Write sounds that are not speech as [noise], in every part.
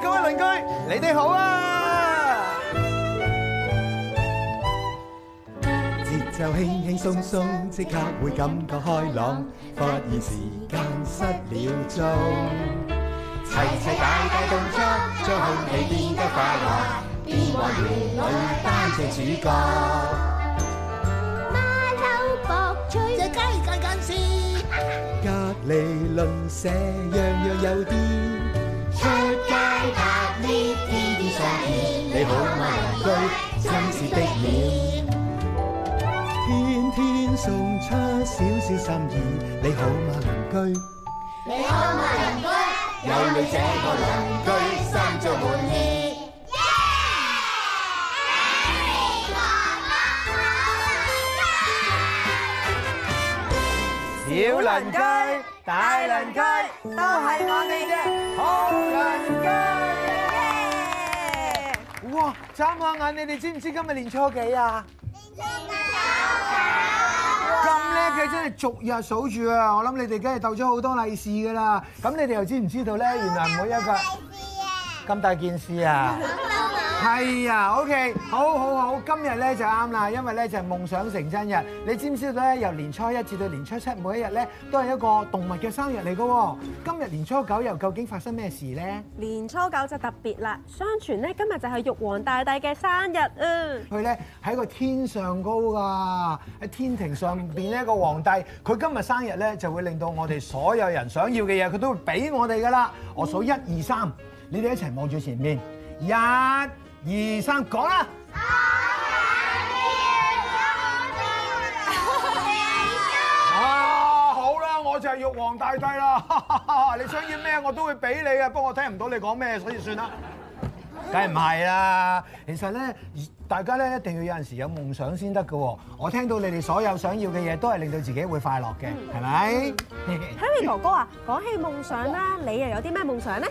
鄰居，你哋好啊！節奏輕輕鬆鬆，即刻會感覺開朗，發現時間失了蹤。齊齊大大動作，將空氣變得快樂，變幻園裏扮隻主角。馬騮博取隻雞近近視，隔離鄰舍樣樣有啲，出街搭 lift 天天上演。你好嗎鄰居真是的了天天送出少少心意。你好嗎鄰居？你好嗎鄰居？有你這個鄰居，心中滿意。小鄰居、大鄰居都係我哋嘅好鄰居。哇！眨下眼，你哋知唔知今日年初幾啊？咁叻嘅真係逐日數住啊！我諗你哋梗係鬥咗好多利是㗎啦。咁你哋又知唔知道咧？原來每一個咁大件事啊！係啊，OK，好好好，今日咧就啱啦，因為咧就係夢想成真日。你知唔知道咧？由年初一至到年初七，每一日咧都係一個動物嘅生日嚟嘅喎。今日年初九又究竟發生咩事咧？年初九就特別啦，相傳咧今日就係玉皇大帝嘅生日啊！佢咧喺個天上高㗎，喺天庭上邊呢一個皇帝，佢今日生日咧就會令到我哋所有人想要嘅嘢，佢都會俾我哋㗎啦。我數一二三，你哋一齊望住前面，一、二、三，講啦！啊，好啦，我就係玉皇大帝啦！你想要咩我都會俾你啊，不過我聽唔到你講咩，所以算啦。梗係唔係啦？其實咧，大家咧一定要有陣時有夢想先得㗎喎。我聽到你哋所有想要嘅嘢，都係令到自己會快樂嘅，係咪？ Harry 哥哥啊，講起夢想啦，你又有啲咩夢想呢？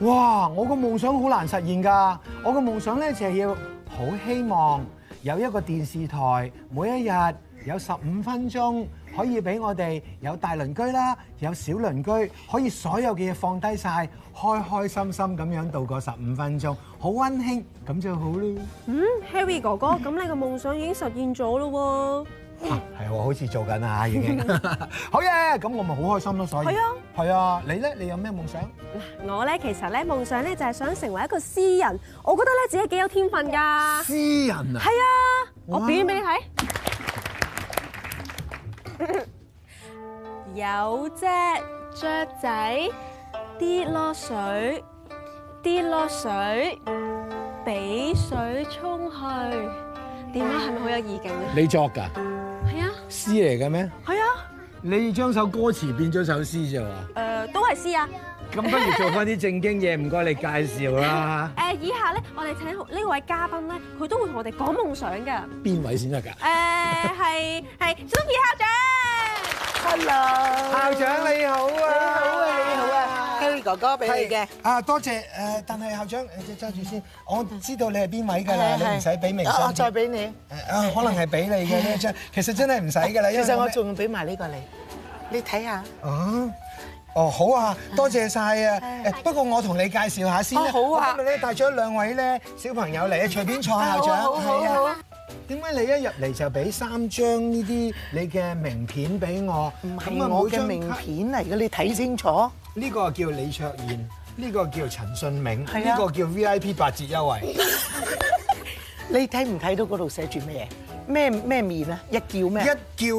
哇！我個夢想好難實現㗎。我個夢想咧就係要好希望有一個電視台，每一日有十五分鐘可以俾我哋有大鄰居啦，有小鄰居，可以所有嘅嘢放低晒，開開心心咁樣度過十五分鐘，好温馨咁就好啦。嗯，Harry 哥哥，咁你個夢想已經實現咗咯啊係喎，好似做緊 [laughs] 啊，已經好嘢，咁我咪好開心咯，所以係啊，係啊，你咧，你有咩夢想？喎！我呢，其實呢，夢想呢就係想成為一個詩人，我覺得呢，自己幾有天分㗎。詩人啊，係啊，哇我表演俾你睇。 [laughs] 有隻雀仔跌落水，跌落水，俾水沖去。點啊？係咪好有意境啊？你作㗎？係啊，詩嚟嘅咩？係啊，你將首歌詞變咗首詩啫喎，誒、都係詩啊。咁不如做翻啲正經嘢，唔該你介紹啦 [laughs] 誒、。以下咧，我哋請呢位嘉賓咧，佢都會同我哋講夢想㗎。邊位先得㗎？誒、係係 Suki 校長。校長你好啊，哦你好啊，你好啊，Harry 哥哥俾你嘅，啊多謝誒，但係校長誒揸住先，我知道你係邊位㗎啦，你唔使俾明信我片我啊再俾你，啊，可能係俾你嘅 [laughs] 呢一張，其實真係唔使㗎啦，其因為實我咩仲要俾埋呢個你，你睇下，啊，哦好啊，多謝晒啊！誒不過我同你介紹下先啦。哦好啊我今日咧帶咗兩位咧小朋友嚟啊，隨便坐校長。好啊好啊係好啊。點解你一入嚟就俾三張呢啲你嘅名片俾我？唔咁啊係我每嘅張名卡片嚟嘅，你睇清楚。呢個叫李卓賢，呢個叫陳信明，係啊呢個叫 V I P 八折優惠。你睇唔睇到嗰度寫住咩？咩咩面啊？一叫一咩？叫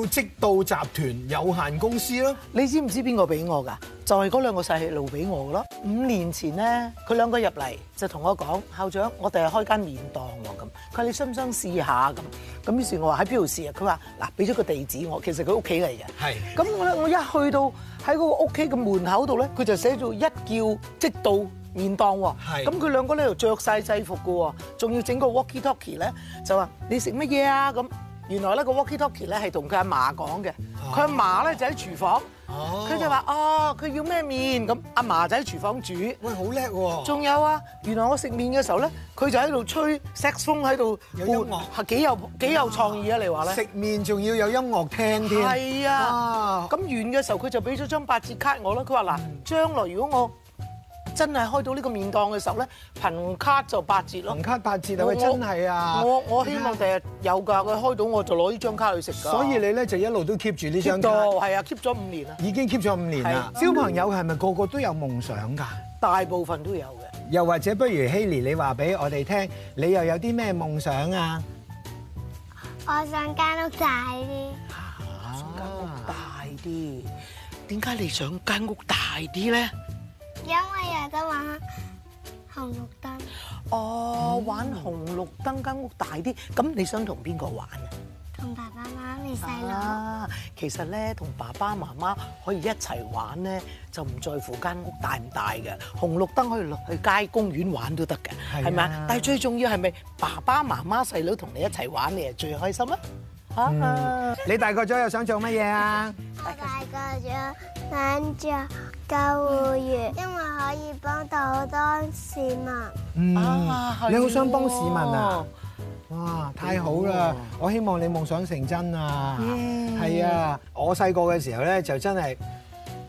即到集團有限公司咯。你知唔知邊個俾我㗎？就係嗰兩個細路俾我嘅咯。五年前咧，佢兩個入嚟就同我講，校長，我哋係開間麵檔喎咁。佢話你想唔想試下咁？咁於是我話喺邊度試啊？佢話嗱，俾咗個地址我，其實佢屋企嚟嘅。係咁我咧，我一去到喺嗰個屋企嘅門口度咧，佢就寫住一叫即到麵檔喎。係咁佢兩個咧又着晒制服嘅喎，仲要整個 walkie talkie 咧，就話你食乜嘢啊咁。原來咧個 walkie talkie 咧係同佢阿嫲講嘅，佢阿嫲咧就喺廚房，哦佢就話哦佢要咩麵咁，阿嫲就喺廚房煮。喂，好叻喎！仲有啊，原來我食麵嘅時候咧，佢就喺度吹 saxophone 喺度有伴，音樂係幾有幾有創意啊！你話咧？食麵仲要有音樂聽添。啊係嗯啊，咁完嘅時候佢就俾咗張八折卡我啦。佢話嗱，將來如果我真係開到呢個面檔嘅時候咧，憑卡就八折咯紅。卡八折啊！喂，我真係啊！我我希望第日有㗎，佢開到我就攞呢張卡去食㗎。所以你咧就一路都 keep 住呢 keep 張到卡，係啊，keep 咗五年啊，已經 keep 咗五年啦。小朋友係咪個個都有夢想㗎？大部分都有嘅。又或者不如 Haley，你話俾我哋聽，你又有啲咩夢想啊？我想間屋大啲，想間屋啊大啲，點解你想間屋大啲咧？因為有得玩紅綠燈。哦，嗯玩紅綠燈間屋大啲，咁你想同邊個玩啊？同爸爸媽咪細佬，啊，其實咧，同爸爸媽媽可以一齊玩咧，就唔在乎間屋大唔大嘅。紅綠燈可以落去街公園玩都得嘅，係啊係咪啊？但係最重要係咪爸爸媽媽細佬同你一齊玩，你係最開心啊！啊！嗯你大個咗又想做乜嘢啊？我大個咗想做救護員，因為可以幫到好多市民。嗯啊係你好想幫市民啊喎！哇，太好啦！我希望你夢想成真啊！係啊，我細個嘅時候咧，就真係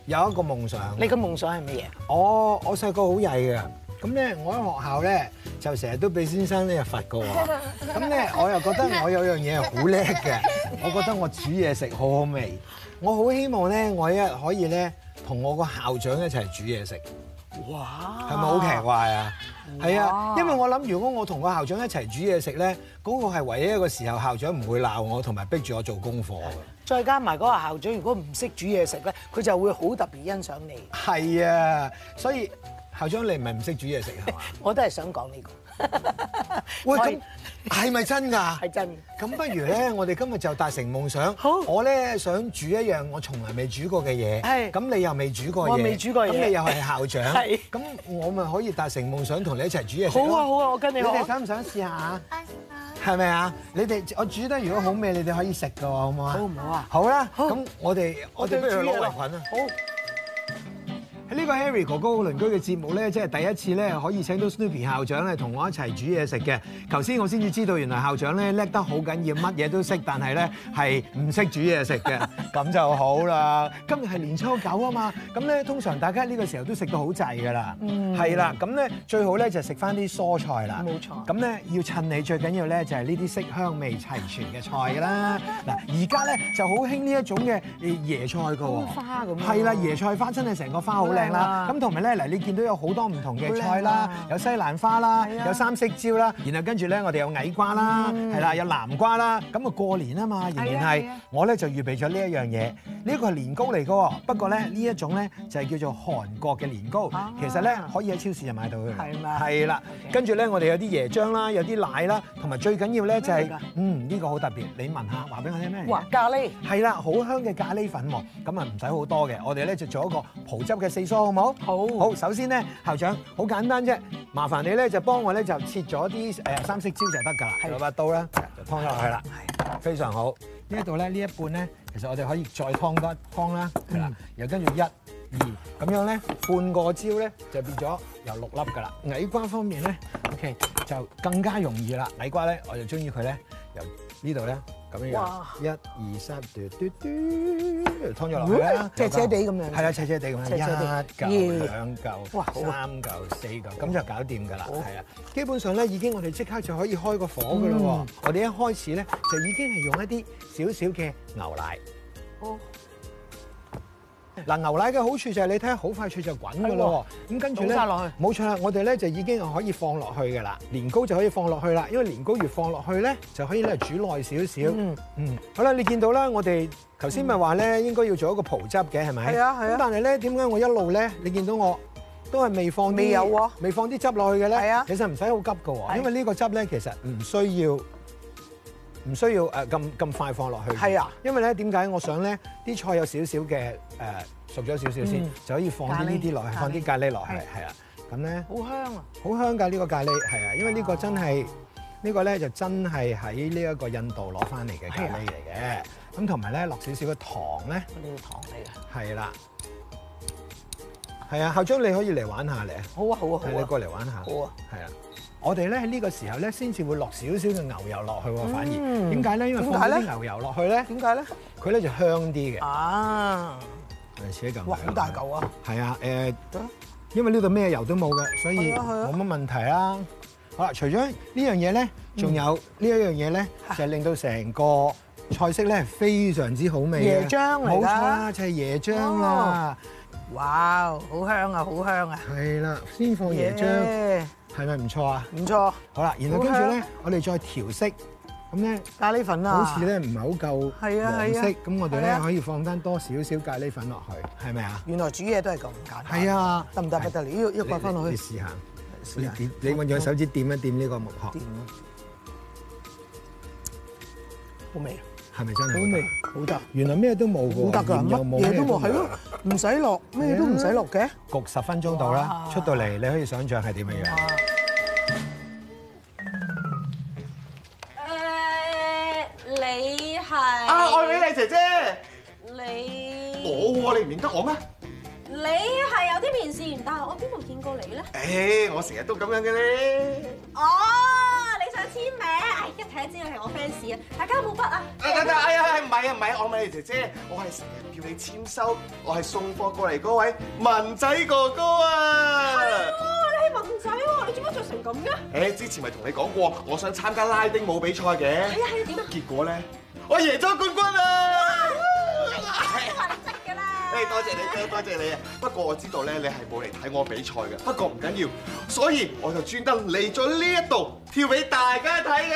有一個夢想。你嘅夢想係乜嘢？我我細個好曳嘅，咁咧我喺學校咧就成日都俾先生咧罰過我。咁咧我又覺得我有樣嘢係好叻嘅，我覺得我煮嘢食好好味。我好希望咧，我一日可以咧同我個校長一齊煮嘢食，哇！係咪好奇怪啊？係啊，因為我諗如果我同個校長一齊煮嘢食咧，嗰、個係唯一一個時候校長唔會鬧我，同埋逼住我做功課嘅。再加埋嗰個校長，如果唔識煮嘢食咧，佢就會好特別欣賞你。係啊，所以校長你唔係唔識煮嘢食係嘛？我都係想講呢個。 [laughs] 喂，我咁係咪真㗎？係真嘅。咁不如咧，我哋今日就達成夢想。好我咧想煮一樣我從來未煮過嘅嘢。係咁你又未煮過嘢。我未煮過嘢咁你又係校長。 [laughs] 係咁我咪可以達成夢想，同你一齊煮嘢食好咯啊好啊，我跟你你哋學。想唔想試下啊？我想係咪啊？你哋我煮得如果好味，你哋可以食㗎喎，好唔好啊？好唔好啊好啦，好咁我哋我哋不如攞圍裙啊！好。喺呢個 Harry 哥哥好鄰居嘅節目咧，即係第一次咧可以請到 Snoopy 校長咧同我一齊煮嘢食嘅。頭先我先至知道，原來校長咧叻得好緊要，乜嘢都識，但係咧係唔識煮嘢食 [laughs] 嘅，咁就好啦。今日係年初九啊嘛，咁咧通常大家呢個時候都食到好滯㗎啦，係啦、咁咧最好咧就食翻啲蔬菜啦，嗯冇錯咁咧要趁你最緊要咧就係呢啲色香味齊全嘅菜啦。嗱，而家咧就好興呢一種嘅呃椰菜㗎喎，花咁樣啊係啦，椰菜花真係成個花好靚啦。咁同埋咧，嗱你見到有好啊多唔同嘅菜啦，有西蘭花啦，有三色椒啦，然後跟住咧我哋有矮瓜啦，係啦，有南瓜啦。咁啊過年啊嘛，仍然嗯係我咧就預備咗呢一樣嘢，呢個係年糕嚟㗎喎。不過咧呢一種咧就係叫做韓國嘅年糕，其實咧可以喺超市就買到嘅。係嘛啊係啦，跟住咧我哋有啲椰漿啦，有啲奶啦，同埋最緊要咧就咩係嚟㗎嗯呢個好特別，你聞下話俾我聽咩嚟㗎？哇！咖喱。係啦，好香嘅咖喱粉喎，咁啊唔使好多嘅，我哋咧就做一個葡汁嘅四蔬，好唔好？好好，首先咧，校長好簡單啫，麻煩你咧就幫我咧就切咗啲誒三色椒就得㗎啦，係攞把刀啦，就劏咗落去啦，非常好。呢一度咧呢一半咧，其實我哋可以再劏多一劏啦，係啦，又跟住一。二咁樣咧，半個椒咧就變咗有六粒㗎啦。矮瓜方面咧，OK 就更加容易啦。矮瓜咧，我就中意佢咧由呢度咧咁樣哇樣，一二三，嘟嘟嘟，劏咗落去啦，斜斜地咁樣係啦，斜斜地咁樣，斜斜地一嚿耶兩嚿，哇好啊三嚿四嚿，咁就搞掂㗎啦，係啦。基本上咧，已經我哋即刻就可以開個火㗎啦嗯喎。我哋一開始咧就已經係用一啲少少嘅牛奶。哦嗱，牛奶嘅好處就係你睇下好快脆就滾㗎咯喎，咁跟住咧倒晒落去冇錯啦，我哋咧就已經可以放落去㗎啦，年糕就可以放落去啦，因為年糕越放落去咧就可以咧煮耐少少。嗯嗯，好啦，你見到啦，我哋頭先咪話咧應該要做一個葡汁嘅係咪？係啊係啊咁但係咧點解我一路咧你見到我？都係未放啲未有喎未放啲汁落去嘅咧。係啊其實唔使好急㗎喎，係因為呢個汁咧其實唔需要唔需要誒咁咁快放落去。係啊，因為咧點解我想咧啲菜有少少嘅誒熟咗少少先嗯，就可以放啲呢啲落去，咖喱放啲咖喱落去，係係啊。咁咧好香啊！好香㗎呢個咖喱，係啊，因為呢個真哦係呢個咧就真係喺呢一個印度攞翻嚟嘅咖啊喱嚟嘅。咁同埋咧落少少嘅糖咧，呢個糖嚟嘅。係啦。哦係啊，校長你可以嚟玩下嚟啊！好啊好啊係你好過啊！嚟玩下。好啊。係啊。我哋咧喺呢個時候咧，先至會落少少嘅牛油落去喎，反而嗯點解咧？因為點放解啲咧牛油落去咧，點解咧？佢咧就香啲嘅。啊！嚟切一嚿。哇，好大！嚿啊！係啊，誒，因為呢度咩油都冇嘅，所啊以冇乜問題啦。好啦，除咗呢樣嘢咧，仲嗯有呢一樣嘢咧，就係令到成個菜式咧係非常之好味嘅。椰漿嚟㗎冇哦錯啦，就係椰漿啦，哇，好香啊，好香啊！係啦，先放椰漿，耶係咪唔錯啊？唔錯，好啦，然後跟住好咧香，我哋再調色，咁咧。咖喱粉啊，好似咧唔係好夠係啊黃係啊色，咁我哋係咧啊可以放翻多少少咖喱粉落去，係咪啊？原來煮嘢都係咁簡單。係，啊，得唔得不得了？要要刮翻落你去，試下，試你下你你用隻手指掂一掂呢個木殼掂，啊，好味啊，係咪真好係味得？，好得，原來咩都冇唔㗎得喎，㗎，鹽又乜冇嘢都冇，咩係咯，唔使落，咩都唔使落嘅。焗十分鐘到啦，哇嗯出到嚟你可以想象係點樣樣。誒，呃你係啊，愛美麗姐姐，你我喎，你唔認得我咩？你係有啲面試，但係我邊度見過你咧？誒，我成日都咁樣嘅咧。哦，你想簽名？哎，一睇就知你係我 fans 啊！大家有冇筆啊？等等等，哎呀，唔係啊，唔係啊，愛美麗姐姐，我係成日叫你簽收，我係送貨過嚟嗰位文仔哥哥啊。哦，你係文仔喎，你做乜着成咁嘅？誒，之前咪同你講過，我想參加拉丁舞比賽嘅。係啊係啊，點啊？結果咧，我贏咗冠軍啊！都話你識㗎啦！誒，多謝你，多謝你啊！不過我知道咧，你係冇嚟睇我比賽嘅，不過唔緊要，所以我就專登嚟咗呢一度跳俾大家睇嘅。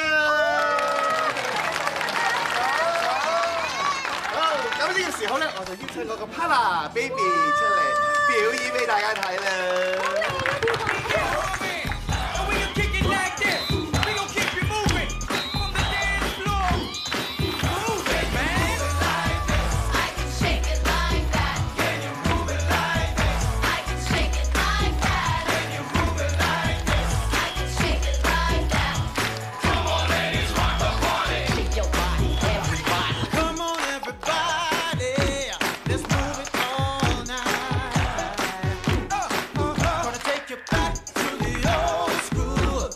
好，咁呢個時候咧，我就邀請我個 partner baby 出嚟表演俾大家睇啦。 And we gon' kick it like this. We gon' keep it moving on the dance floor. Move it, man. Come on, everybody. Let's move it all night. Uh, Gonna take you back to the old school.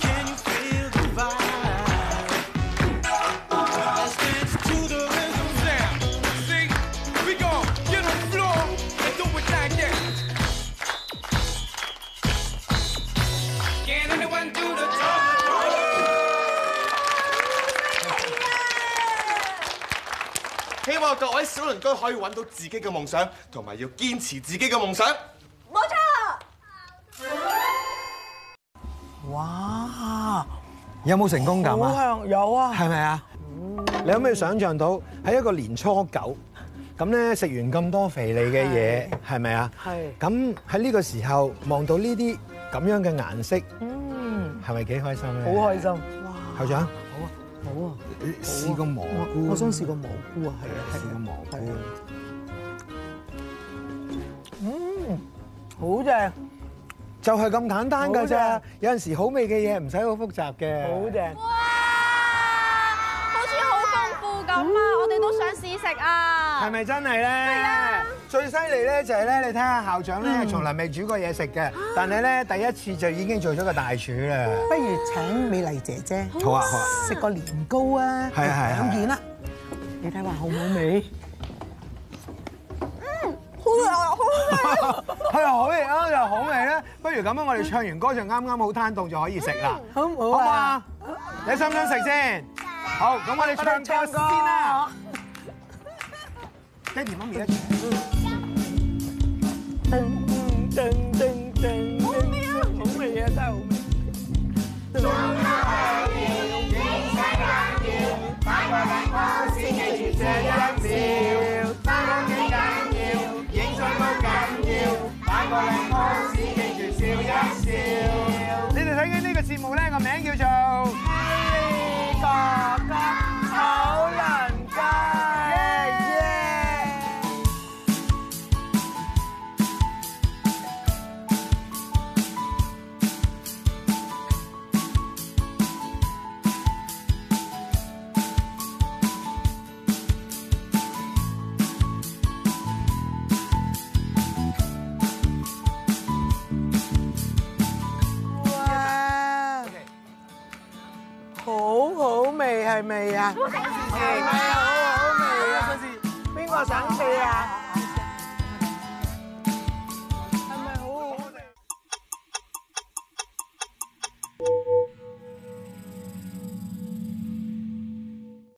Can you feel the vibe? Let's dance to the rhythm now. See, we gon' get on the floor and do it like that. Can anyone do the top? 希望各位小鄰居可以揾到自己嘅夢想，同埋要堅持自己嘅夢想。冇錯。哇，有冇成功感好啊？香，有啊。係咪啊？你可唔可以想象到喺一個年初九咁咧食完咁多肥膩嘅嘢，係咪啊？係咁喺呢個時候望到呢啲咁樣嘅顏色，嗯，係咪幾開心好咧？開心。哇，校長，好啊！你試過蘑菇我我想試個蘑菇啊，係啊，係啊試過蘑菇係啊 Hmm. 好正，就係咁簡單㗎好咋嘅。有陣時好味嘅嘢唔使好複雜嘅。好正。哇！好似好豐富咁啊！我哋都想試食啊！係咪真係咧？最犀利咧就係咧，你睇下校長咧，從來未煮過嘢食嘅，但係咧第一次就已經做咗個大廚啦。不如請美麗姐姐好啊，好啊。食個年糕啊，係啊係啊兩件啦。你睇下好唔好味？Hmm. 係啊，好味啊，又好味咧。不如咁啊，我哋唱完歌就啱啱好攤凍就可以食啦，好唔好好啊？嘛？你想唔想食先？好，咁我哋唱歌先 à. 啦。爹哋媽咪咧，噔噔噔噔噔，好味啊！好味啊，真係好味。你哋睇緊呢個節目咧，個名叫做。哥哥好鄰居。哇好好 à? 味係咪啊？係啊，好好味啊！邊個想食啊？